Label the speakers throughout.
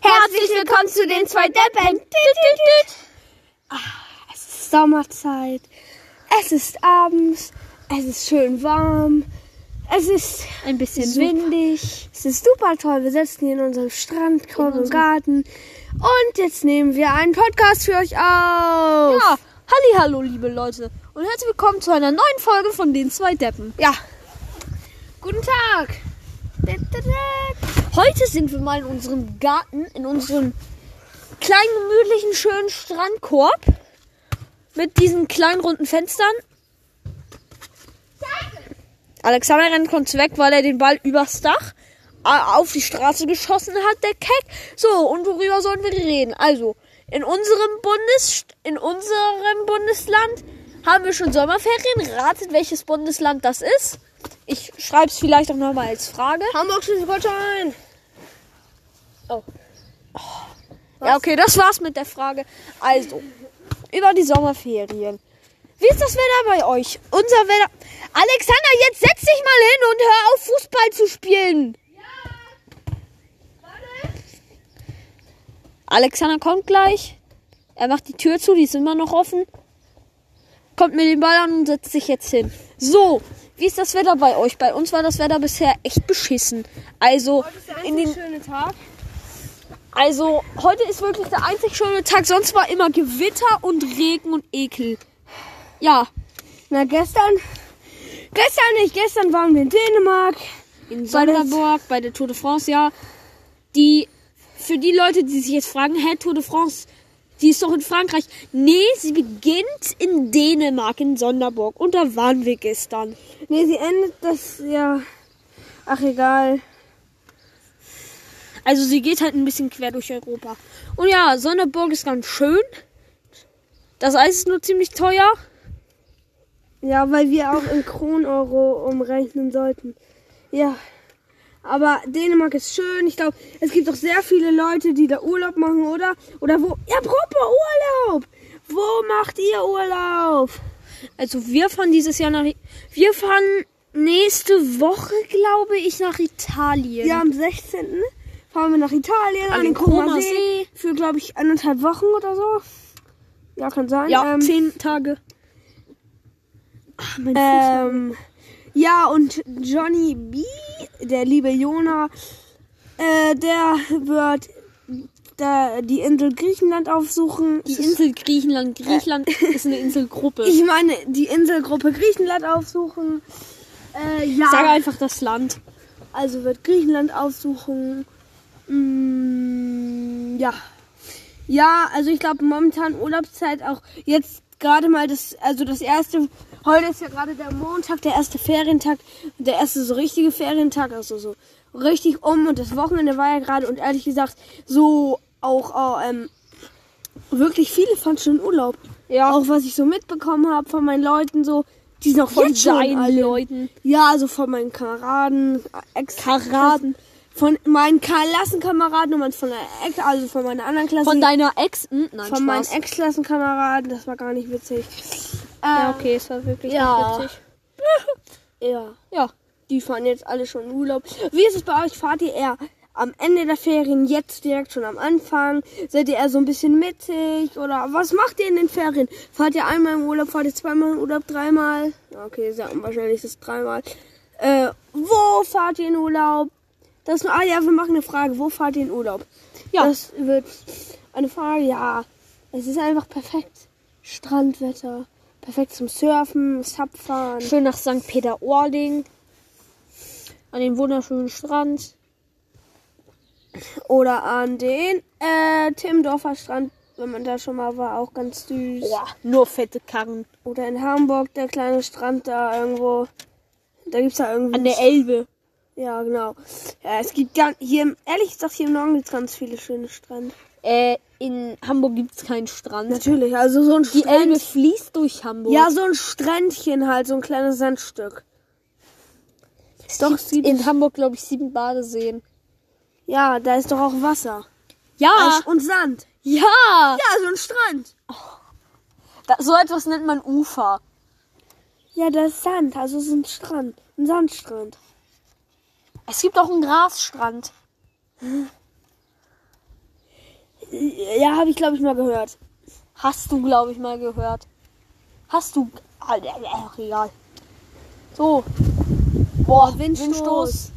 Speaker 1: herzlich willkommen zu den zwei Deppen.
Speaker 2: Ah, Es ist Sommerzeit. Es ist abends. Es ist schön warm. Es ist
Speaker 1: Ein bisschen
Speaker 2: windig. Es ist super toll. Wir sitzen hier in unserem Strandkorb im Garten. Und jetzt nehmen wir einen Podcast für euch auf.
Speaker 1: Ja, halli, hallo, liebe Leute. Und herzlich willkommen zu einer neuen Folge von den zwei Deppen.
Speaker 2: Ja. Guten Tag.
Speaker 1: Heute sind wir mal in unserem Garten, in unserem kleinen, gemütlichen, schönen Strandkorb. Mit diesen kleinen, runden Fenstern. Alexander rennt kurz weg, weil er den Ball übers Dach äh, auf die Straße geschossen hat, der Keck. So, und worüber sollen wir reden? Also, in unserem Bundes in unserem Bundesland haben wir schon Sommerferien. Ratet, welches Bundesland das ist? Ich schreibe es vielleicht auch nochmal als Frage.
Speaker 2: Hamburg Schleswig-Holstein.
Speaker 1: Ja, okay, das war's mit der Frage. Also, über die Sommerferien. Wie ist das Wetter bei euch? Unser Wetter. Alexander, jetzt setz dich mal hin und hör auf, Fußball zu spielen. Alexander kommt gleich. Er macht die Tür zu, die ist immer noch offen. Kommt mir den Ball an und setzt sich jetzt hin. So, wie ist das Wetter bei euch? Bei uns war das Wetter bisher echt beschissen. Also, in den
Speaker 2: schönen Tag.
Speaker 1: also, heute ist wirklich der einzig schöne Tag. Sonst war immer Gewitter und Regen und Ekel. Ja,
Speaker 2: Na, gestern. Gestern nicht. Gestern waren wir in Dänemark.
Speaker 1: in
Speaker 2: Bei der-
Speaker 1: Sonderburg, bei der Tour de France, ja. Die, für die Leute, die sich jetzt fragen, hä, Tour de France, die ist doch in Frankreich. Nee, sie beginnt in Dänemark, in Sonderburg. Und da waren wir gestern.
Speaker 2: Nee, sie endet das ja. Ach, egal.
Speaker 1: Also sie geht halt ein bisschen quer durch Europa. Und ja, Sonderburg ist ganz schön. Das Eis ist nur ziemlich teuer.
Speaker 2: Ja, weil wir auch in Kron-Euro umrechnen sollten. Ja. Aber Dänemark ist schön. Ich glaube, es gibt auch sehr viele Leute, die da Urlaub machen, oder? Oder wo? Ja, Proper Urlaub! Wo macht ihr Urlaub?
Speaker 1: Also wir fahren dieses Jahr nach. I- Wir fahren nächste Woche, glaube ich, nach Italien.
Speaker 2: Ja, am 16. fahren wir nach Italien an,
Speaker 1: An
Speaker 2: den
Speaker 1: den
Speaker 2: Comer
Speaker 1: Comer
Speaker 2: See.
Speaker 1: See.
Speaker 2: Für, glaube ich, eineinhalb Wochen oder so. Ja, kann sein.
Speaker 1: ja
Speaker 2: Ähm,
Speaker 1: zehn Tage. Ach, mein Fuß.
Speaker 2: Ähm, ja, und Johnny B, der liebe Jona, äh, der wird da die Insel Griechenland aufsuchen.
Speaker 1: Die
Speaker 2: Es ist-
Speaker 1: Insel Griechenland. Griechenland ist eine Inselgruppe.
Speaker 2: Ich meine, die Inselgruppe Griechenland aufsuchen. Äh, ja,
Speaker 1: Sag einfach das Land.
Speaker 2: also wird Griechenland aufsuchen. Mm, ja. Ja, also ich glaube momentan Urlaubszeit auch jetzt gerade mal das, also das erste, heute ist ja gerade der Montag, der erste Ferientag, der erste so richtige Ferientag, also so richtig um und das Wochenende war ja gerade und ehrlich gesagt so auch äh, ähm, wirklich viele fanden schon Urlaub.
Speaker 1: Ja.
Speaker 2: Auch was ich so mitbekommen habe von meinen Leuten so, die sind auch
Speaker 1: Von
Speaker 2: jetzt schon alle-
Speaker 1: deinen Leuten.
Speaker 2: ja, also von meinen Kameraden, ex
Speaker 1: Kameraden.
Speaker 2: Von meinen Klassenkameraden und von der Ex, also von meiner anderen Klasse.
Speaker 1: Von deiner Ex. Hm, nein,
Speaker 2: von meinen
Speaker 1: Spaß.
Speaker 2: Ex-Klassenkameraden, das war gar nicht witzig.
Speaker 1: Ja,
Speaker 2: Ähm,
Speaker 1: okay, es war wirklich
Speaker 2: ja.
Speaker 1: nicht witzig.
Speaker 2: Ja.
Speaker 1: Ja.
Speaker 2: Die fahren jetzt alle schon in Urlaub. Wie ist es bei euch? Fahrt ihr eher am Ende der Ferien, jetzt direkt schon am Anfang? Seid ihr eher so ein bisschen mittig? Oder was macht ihr in den Ferien? Fahrt ihr einmal im Urlaub, fahrt ihr zweimal im Urlaub, dreimal? Ja, Okay, sehr unwahrscheinlich ist es dreimal. Äh, wo fahrt ihr in Urlaub? Das, ah ja, wir machen eine Frage. Wo fahrt ihr in Urlaub?
Speaker 1: Ja.
Speaker 2: Das wird eine Frage, ja. Es ist einfach perfekt. Strandwetter. Perfekt zum Surfen, Subfahren.
Speaker 1: Schön nach St. Peter-Ording. An den wunderschönen Strand.
Speaker 2: Oder an den äh, Timmendorfer Strand, wenn man da schon mal war, auch ganz süß.
Speaker 1: Boah, nur fette Karren.
Speaker 2: Oder in Hamburg, der kleine Strand da irgendwo. Da gibt's ja irgendwie.
Speaker 1: An der Elbe.
Speaker 2: ja, genau. Ja, es gibt ganz, hier, im- ehrlich gesagt, hier im Norden gibt's ganz viele schöne Strände.
Speaker 1: Äh, in Hamburg gibt es keinen Strand.
Speaker 2: Natürlich, also so ein
Speaker 1: Die Elbe
Speaker 2: Strand.
Speaker 1: fließt durch Hamburg.
Speaker 2: Ja, so ein Strändchen halt, so ein kleines Sandstück.
Speaker 1: es
Speaker 2: doch,
Speaker 1: gibt in Hamburg, glaube ich, sieben Badeseen.
Speaker 2: Ja, da ist doch auch Wasser.
Speaker 1: Ja,
Speaker 2: Asch und Sand.
Speaker 1: ja.
Speaker 2: Ah. Ja, so ein Strand.
Speaker 1: Da, so etwas nennt man Ufer.
Speaker 2: Ja, da ist Sand, also so ein Strand. Ein Sandstrand.
Speaker 1: Es gibt auch einen Grasstrand.
Speaker 2: Ja, habe ich, glaube ich, mal gehört.
Speaker 1: Hast du, glaube ich, mal gehört. Hast du. Ah, äh, äh, Ach, egal. So. Boah, Windstoß.
Speaker 2: Windstoß.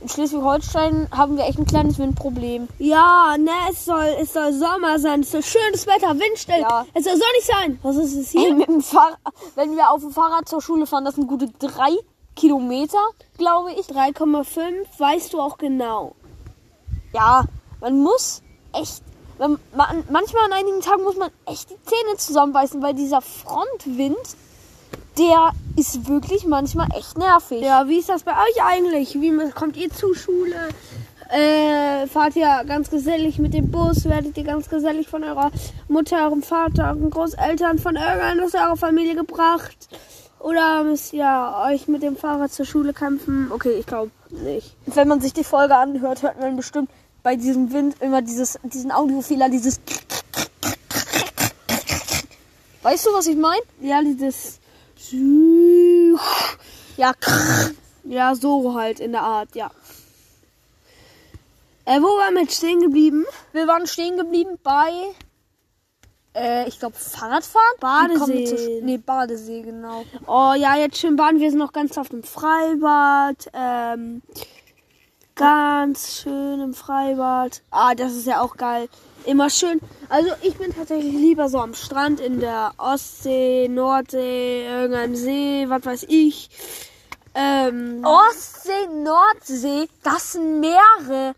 Speaker 1: In Schleswig-Holstein haben wir echt ein kleines Windproblem.
Speaker 2: Ja, ne, es soll, es soll Sommer sein. Es soll schönes Wetter, windstill.
Speaker 1: Ja.
Speaker 2: Es soll sonnig sein. Was ist es
Speaker 1: Ey,
Speaker 2: hier?
Speaker 1: mit dem Fahrrad, wenn wir auf dem Fahrrad zur Schule fahren, das sind gute drei Kilometer, glaube ich.
Speaker 2: 3,5 weißt du auch genau.
Speaker 1: Ja, man muss echt. Man, man, manchmal an einigen Tagen muss man echt die Zähne zusammenbeißen, weil dieser Frontwind, der ist wirklich manchmal echt nervig.
Speaker 2: Ja, wie ist das bei euch eigentlich? Wie ma- kommt ihr zur Schule? Äh, fahrt ihr ganz gesellig mit dem Bus? Werdet ihr ganz gesellig von eurer Mutter, eurem Vater, euren Großeltern, von irgendeiner aus eurer Familie gebracht? Oder müsst ihr euch mit dem Fahrrad zur Schule kämpfen? Okay, ich glaube nicht.
Speaker 1: Wenn man sich die Folge anhört, hört man bestimmt bei diesem Wind immer dieses, diesen Audiofehler, dieses. Weißt du, was ich meine?
Speaker 2: Ja, dieses.
Speaker 1: Ja,
Speaker 2: Ja, so halt in der Art, ja. Äh, wo waren wir jetzt stehen geblieben?
Speaker 1: wir waren stehen geblieben bei. Äh, ich glaube, Fahrradfahren? Wie kommen wir zur
Speaker 2: Badesee.
Speaker 1: Sch- Nee, Badesee, genau.
Speaker 2: Oh ja, jetzt schön baden. Wir sind noch ganz oft im Freibad. Ähm, ganz schön im Freibad. Ah, das ist ja auch geil. Immer schön. Also ich bin tatsächlich lieber so am Strand in der Ostsee, Nordsee, irgendeinem See, was weiß ich. Ähm,
Speaker 1: Ostsee, Nordsee, das sind Meere.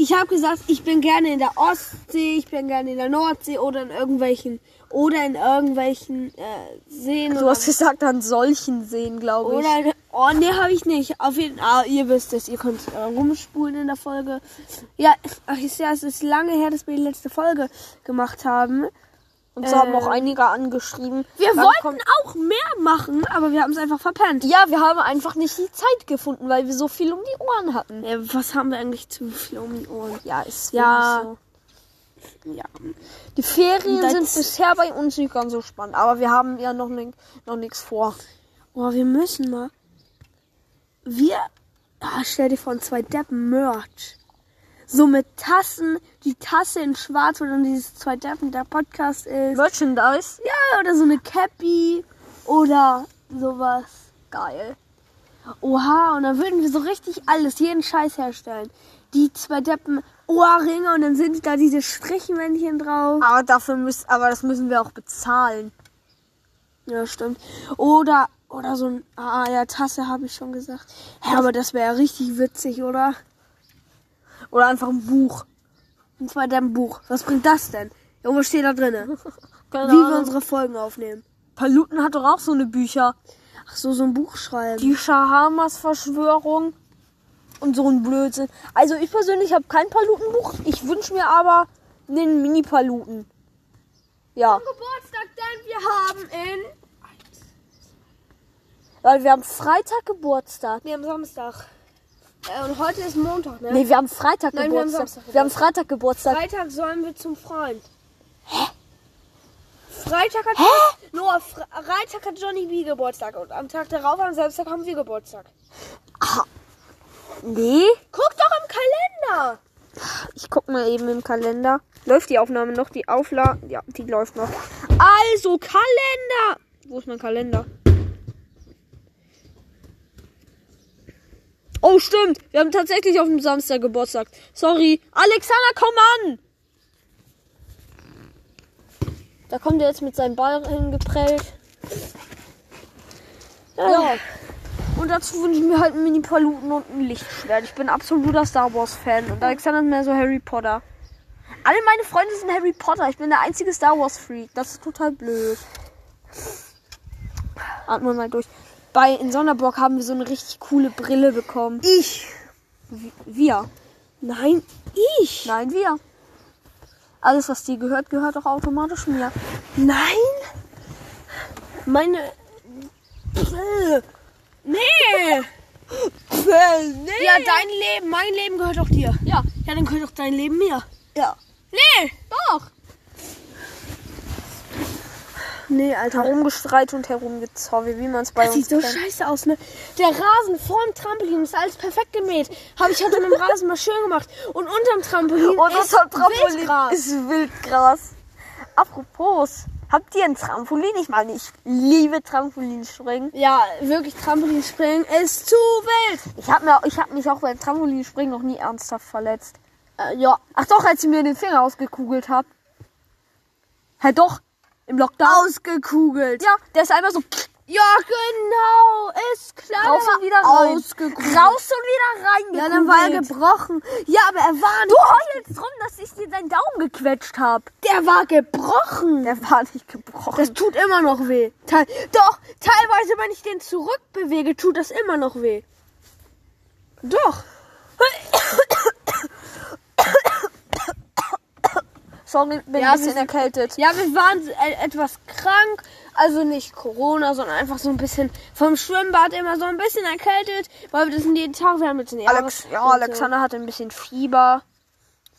Speaker 2: Ich habe gesagt, ich bin gerne in der Ostsee, ich bin gerne in der Nordsee oder in irgendwelchen oder in irgendwelchen äh, Seen
Speaker 1: Du
Speaker 2: oder
Speaker 1: hast gesagt, an solchen Seen, glaube ich.
Speaker 2: Oder eine- oh ne, habe ich nicht. Auf jeden Fall, ah, ihr wisst es, ihr könnt äh, rumspulen in der Folge. Ja, ach ist ja, es ist lange her, dass wir die letzte Folge gemacht haben.
Speaker 1: Und so haben auch
Speaker 2: Ähm,
Speaker 1: einige angeschrieben.
Speaker 2: Wir
Speaker 1: wann
Speaker 2: wollten
Speaker 1: kommt-
Speaker 2: auch mehr machen, aber wir haben es einfach verpennt.
Speaker 1: Ja, wir haben einfach nicht die Zeit gefunden, weil wir so viel um die Ohren hatten.
Speaker 2: Äh, was haben wir eigentlich zu viel um die Ohren?
Speaker 1: Ja, ist
Speaker 2: Ja.
Speaker 1: wirklich
Speaker 2: Ja.
Speaker 1: so. Die Ferien
Speaker 2: Das-
Speaker 1: sind bisher bei uns nicht ganz so spannend, aber wir haben ja noch, ni- noch nichts vor.
Speaker 2: Oh, wir müssen mal. Wir. Ah, stell dir vor, ein zwei Deppen Merch. So mit Tassen, die Tasse in Schwarz, wo dann dieses zwei Deppen der Podcast ist.
Speaker 1: Merchandise?
Speaker 2: Ja, oder so eine Cappy oder sowas.
Speaker 1: Geil.
Speaker 2: Oha, und dann würden wir so richtig alles, jeden Scheiß herstellen. Die zwei Deppen Ohrringe und dann sind da diese Strichmännchen drauf.
Speaker 1: Aber dafür müssen, aber das müssen wir auch bezahlen.
Speaker 2: Ja, stimmt. Oder oder so ein ah ja, Tasse habe ich schon gesagt. Hä, aber das wäre ja richtig witzig, oder?
Speaker 1: Oder einfach ein Buch.
Speaker 2: Und zwar dein Buch. Was bringt das denn? Junge, steht da drinne.
Speaker 1: Keine
Speaker 2: Wie wir
Speaker 1: Ahnung.
Speaker 2: unsere Folgen aufnehmen.
Speaker 1: Paluten hat doch auch so eine Bücher.
Speaker 2: Ach so, so ein Buch schreiben.
Speaker 1: die Schahamas-Verschwörung und so ein Blödsinn. Also ich persönlich habe kein Palutenbuch. Ich wünsche mir aber einen Mini-Paluten. Ja,
Speaker 2: Geburtstag, denn wir haben in.
Speaker 1: weil wir haben Freitag Geburtstag.
Speaker 2: Wir haben Samstag. Äh, und heute ist Montag, ne?
Speaker 1: Nee, wir haben Freitag
Speaker 2: Nein, wir haben
Speaker 1: Geburtstag.
Speaker 2: Samstag
Speaker 1: Wir haben Freitag Geburtstag.
Speaker 2: Freitag sollen wir zum Freund. Hä? Freitag hat.
Speaker 1: Hä?
Speaker 2: Noah, Fre Freitag hat Johnny B Geburtstag. Und am Tag darauf, am Samstag, haben wir Geburtstag. Ah.
Speaker 1: Nee,
Speaker 2: Guck doch im Kalender!
Speaker 1: ich guck mal eben im Kalender. Läuft die Aufnahme noch? Die Auflage? Ja, die läuft noch. Also Kalender. Wo ist mein Kalender? Oh, stimmt. Wir haben tatsächlich auf dem Samstag Geburtstag. Sorry. Alexander, komm an! Da kommt er jetzt mit seinem Ball hingeprellt. Ja. Und dazu wünsche ich mir halt einen Mini-Paluten und ein Lichtschwert. Ich bin absoluter Star Wars-Fan. Und Alexander ist mehr so Harry Potter. Alle meine Freunde sind Harry Potter. Ich bin der einzige Star Wars-Freak. Das ist total blöd. Atmen wir mal durch. Bei in Sonderburg haben wir so eine richtig coole Brille bekommen.
Speaker 2: Ich.
Speaker 1: Wir.
Speaker 2: Nein, ich.
Speaker 1: Nein, wir. Alles, was dir gehört, gehört auch automatisch mir.
Speaker 2: Nein? Meine. Pfäh. Nee!
Speaker 1: Well, nee.
Speaker 2: Ja, dein Leben, mein Leben gehört auch dir.
Speaker 1: Ja.
Speaker 2: Ja, dann gehört auch dein Leben mir.
Speaker 1: Ja.
Speaker 2: Nee!
Speaker 1: Doch.
Speaker 2: Nee, Alter.
Speaker 1: Herumgestreit und herumgezoffen, wie man es bei
Speaker 2: Das
Speaker 1: uns
Speaker 2: sieht so
Speaker 1: kennt.
Speaker 2: scheiße aus, ne? Der Rasen vorm Trampolin ist alles perfekt gemäht. Habe ich heute mit dem Rasen mal schön gemacht. Und unterm Trampolin
Speaker 1: Und
Speaker 2: ist
Speaker 1: unser Oh, Trampolin
Speaker 2: Wildgras.
Speaker 1: ist Wildgras. Apropos, habt ihr ein Trampolin? Ich meine, ich liebe Trampolinspringen.
Speaker 2: Ja, wirklich, Trampolinspringen ist zu wild.
Speaker 1: Ich habe mir, ich habe mich auch beim Trampolinspringen noch nie ernsthaft verletzt.
Speaker 2: Äh, ja.
Speaker 1: Ach doch, als ich mir den Finger ausgekugelt hab. Hä, doch. Im Lockdown.
Speaker 2: Ausgekugelt.
Speaker 1: Ja, der ist einmal so
Speaker 2: Ja, genau. Ist klar.
Speaker 1: raus
Speaker 2: der war
Speaker 1: und wieder rein.
Speaker 2: Ausgekugelt.
Speaker 1: Raus und wieder rein.
Speaker 2: Ja, dann war er
Speaker 1: gekugelt.
Speaker 2: gebrochen. Ja, aber er war
Speaker 1: Du
Speaker 2: nicht.
Speaker 1: heulst rum, dass ich dir deinen Daumen gequetscht hab.
Speaker 2: Der war gebrochen.
Speaker 1: Der war nicht gebrochen.
Speaker 2: Das tut immer noch weh. Teil Doch, teilweise, wenn ich den zurückbewege, tut das immer noch weh. Doch.
Speaker 1: Sorry, bin
Speaker 2: Ja,
Speaker 1: ein
Speaker 2: wir
Speaker 1: bisschen
Speaker 2: sind-
Speaker 1: erkältet.
Speaker 2: Ja, wir waren e- etwas krank. Also nicht Corona, sondern einfach so ein bisschen vom Schwimmbad immer so ein bisschen erkältet, weil wir das sind jeden Tag, wir haben jetzt eine
Speaker 1: Alex,
Speaker 2: Jahres-
Speaker 1: ja,
Speaker 2: und äh, so.
Speaker 1: Alexander hatte ein bisschen Fieber.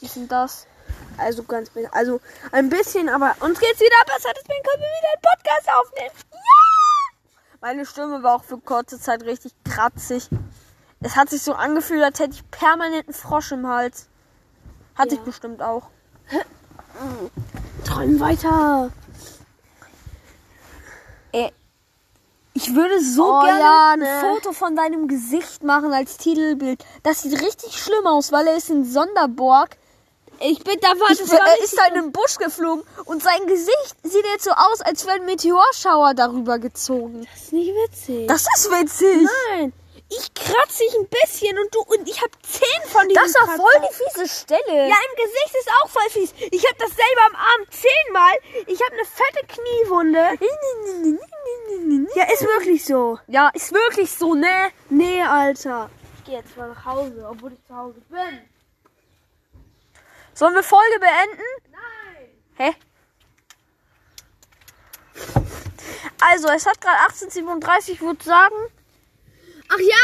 Speaker 1: Dies und das.
Speaker 2: Also ganz bisschen. Also ein bisschen, aber uns geht's wieder besser, deswegen können wir wieder einen Podcast aufnehmen.
Speaker 1: Meine Stimme war auch für kurze Zeit richtig kratzig. Es hat sich so angefühlt, als hätte ich permanent einen Frosch im Hals. Hatte
Speaker 2: Ja.
Speaker 1: ich bestimmt auch.
Speaker 2: Träum weiter.
Speaker 1: Ich würde so
Speaker 2: Oh,
Speaker 1: gerne
Speaker 2: ja,
Speaker 1: ein
Speaker 2: ne?
Speaker 1: Foto von deinem Gesicht machen als Titelbild. Das sieht richtig schlimm aus, weil er ist in Sonderburg.
Speaker 2: Ich bin da war
Speaker 1: Ich,
Speaker 2: das war
Speaker 1: er
Speaker 2: richtig-
Speaker 1: ist da in einen Busch geflogen und sein Gesicht sieht jetzt so aus, als wäre ein Meteorschauer darüber gezogen.
Speaker 2: Das ist nicht witzig.
Speaker 1: Das ist witzig.
Speaker 2: Nein. Ich kratze dich ein bisschen und du und ich habe zehn von diesen
Speaker 1: Das war
Speaker 2: Kratzer.
Speaker 1: voll die fiese Stelle.
Speaker 2: Ja, im Gesicht ist auch voll fies. Ich habe das selber am Arm zehnmal. Ich habe eine fette Kniewunde. Ja, ist wirklich so.
Speaker 1: Ja, ist wirklich so, ne?
Speaker 2: Nee, Alter. Ich gehe jetzt mal nach Hause, obwohl ich zu Hause bin.
Speaker 1: Sollen wir Folge beenden?
Speaker 2: Nein.
Speaker 1: Hä? Also, es hat gerade 18.37, ich würde sagen.
Speaker 2: Ach ja,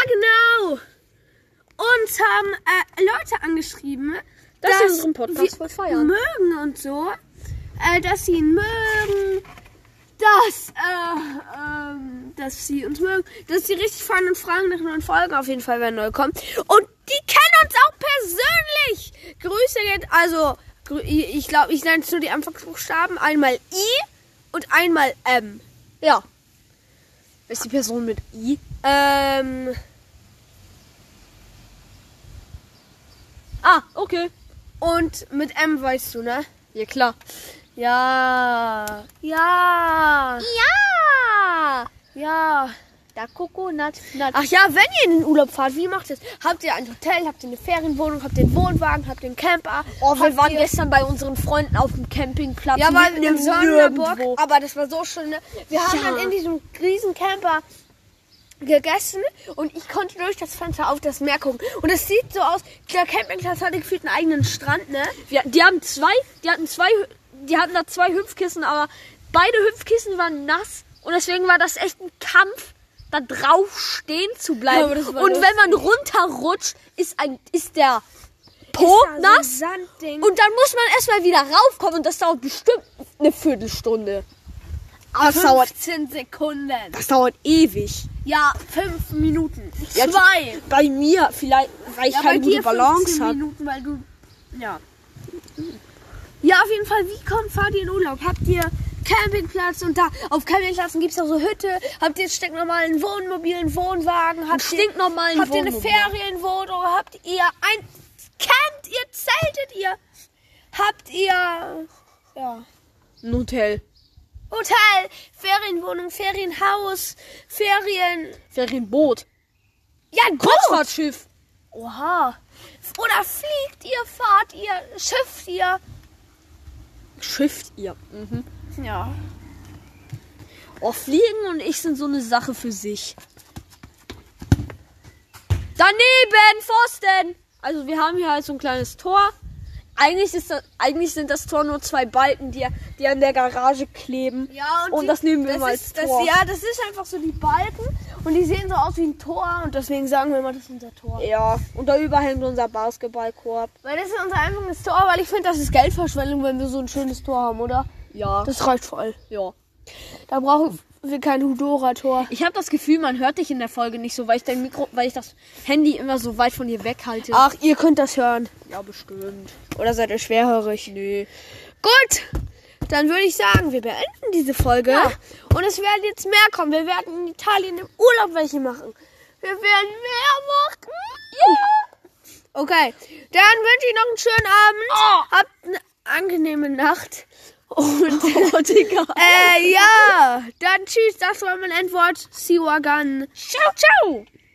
Speaker 2: genau. Uns haben äh, Leute angeschrieben,
Speaker 1: Dass sie unseren Podcast
Speaker 2: wir
Speaker 1: voll feiern.
Speaker 2: mögen und so. Äh, dass sie ihn mögen. Dass, äh, ähm, dass sie uns mögen. Dass sie richtig feiern und fragen nach neuen Folgen auf jeden Fall, wenn neu kommen. Und die kennen uns auch persönlich. Grüße geht, also, grü- ich glaube, ich nenne jetzt nur die Anfangsbuchstaben. Einmal I und einmal M.
Speaker 1: Ja. Wer ist die Person mit I?
Speaker 2: Ähm,
Speaker 1: Ah, okay.
Speaker 2: und mit M weißt du, ne?
Speaker 1: Ja, klar.
Speaker 2: Ja. Ja.
Speaker 1: Ja!
Speaker 2: Ja.
Speaker 1: Da Kokonat. Nat.
Speaker 2: Ach ja, wenn ihr in den Urlaub fahrt, wie macht ihr das? Habt ihr ein Hotel, habt ihr eine Ferienwohnung, habt ihr einen Wohnwagen, habt ihr einen Camper?
Speaker 1: Oh, wir
Speaker 2: habt
Speaker 1: waren
Speaker 2: ihr-
Speaker 1: gestern bei unseren Freunden auf dem Campingplatz.
Speaker 2: Ja, weil
Speaker 1: mitten
Speaker 2: im
Speaker 1: Nirgendwo.
Speaker 2: Sonderburg. Aber das war so schön. Ne? Wir haben
Speaker 1: Ja.
Speaker 2: dann in diesem riesen Camper gegessen und ich konnte durch das Fenster auf das Meer gucken. Und es sieht so aus, der Campingplatz hatte gefühlt einen eigenen Strand, ne?
Speaker 1: Wir, die haben zwei, die hatten zwei, die hatten da zwei Hüpfkissen, aber beide Hüpfkissen waren nass und deswegen war das echt ein Kampf, da drauf stehen zu
Speaker 2: Ja,
Speaker 1: bleiben.
Speaker 2: aber das war
Speaker 1: und wenn
Speaker 2: lustig.
Speaker 1: man runterrutscht, ist ein, ist der Po
Speaker 2: Ist da so ein
Speaker 1: nass
Speaker 2: Sandding.
Speaker 1: und dann muss man erstmal wieder raufkommen und das dauert bestimmt eine Viertelstunde. Aber das dauert,
Speaker 2: 15 Sekunden.
Speaker 1: das dauert ewig.
Speaker 2: Ja, 5 Minuten.
Speaker 1: Ja,
Speaker 2: Zwei.
Speaker 1: Bei mir vielleicht, weil ich
Speaker 2: ja, bei
Speaker 1: keine gute
Speaker 2: dir
Speaker 1: Balance
Speaker 2: 15
Speaker 1: habe.
Speaker 2: Minuten, weil du. Ja. Ja, auf jeden Fall, wie kommt, fahrt ihr in Urlaub? Habt ihr Campingplatz und da auf Campingplätzen gibt es auch so Hütte? Habt ihr stinknormalen Wohnmobil, einen Wohnwagen? Habt ihr,
Speaker 1: stinknormalen
Speaker 2: habt ihr eine
Speaker 1: Wohnmobil.
Speaker 2: Ferienwohnung? Habt ihr ein. Campt ihr? Zeltet ihr? Habt ihr. Ja.
Speaker 1: Ein Hotel.
Speaker 2: Hotel, Ferienwohnung, Ferienhaus, Ferien.
Speaker 1: Ferienboot.
Speaker 2: Oh! Ja, Boot.
Speaker 1: Kreuzfahrtschiff.
Speaker 2: Oha. Oder fliegt ihr, fahrt ihr, schifft ihr.
Speaker 1: Schifft ihr. Mhm.
Speaker 2: Ja.
Speaker 1: Oh, Fliegen und ich sind so eine Sache für sich. Daneben, Pfosten! Also wir haben hier halt so ein kleines Tor. Eigentlich, ist das, eigentlich sind das Tor nur zwei Balken, die, die an der Garage kleben.
Speaker 2: Ja, und, die-
Speaker 1: das nehmen wir mal als
Speaker 2: ist, das,
Speaker 1: Tor.
Speaker 2: Ja, das ist einfach so die Balken und die sehen so aus wie ein Tor und deswegen sagen wir immer, das ist unser Tor.
Speaker 1: Ja, und darüber hängt unser Basketballkorb.
Speaker 2: Weil das ist unser einfaches Tor, weil ich finde, das ist Geldverschwendung, wenn wir so ein schönes Tor haben, oder?
Speaker 1: Ja,
Speaker 2: Das reicht voll.
Speaker 1: ja.
Speaker 2: Da brauchen wir kein Hudora-Tor.
Speaker 1: Ich habe das Gefühl, man hört dich in der Folge nicht so, weil ich dein Mikro, weil ich das Handy immer so weit von dir weghalte.
Speaker 2: Ach, ihr könnt das hören.
Speaker 1: ja, bestimmt.
Speaker 2: Oder seid ihr schwerhörig?
Speaker 1: Nee.
Speaker 2: Gut, dann würde ich sagen, wir beenden diese Folge.
Speaker 1: Ja.
Speaker 2: Und es werden jetzt mehr kommen. Wir werden in Italien im Urlaub welche machen. Wir werden mehr machen. Okay, dann wünsche ich noch einen schönen Abend. Habt eine angenehme Nacht. Und
Speaker 1: Oh, Digga.
Speaker 2: äh, ja, dann tschüss. Das war mein Endwort. See you again.
Speaker 1: Ciao, ciao.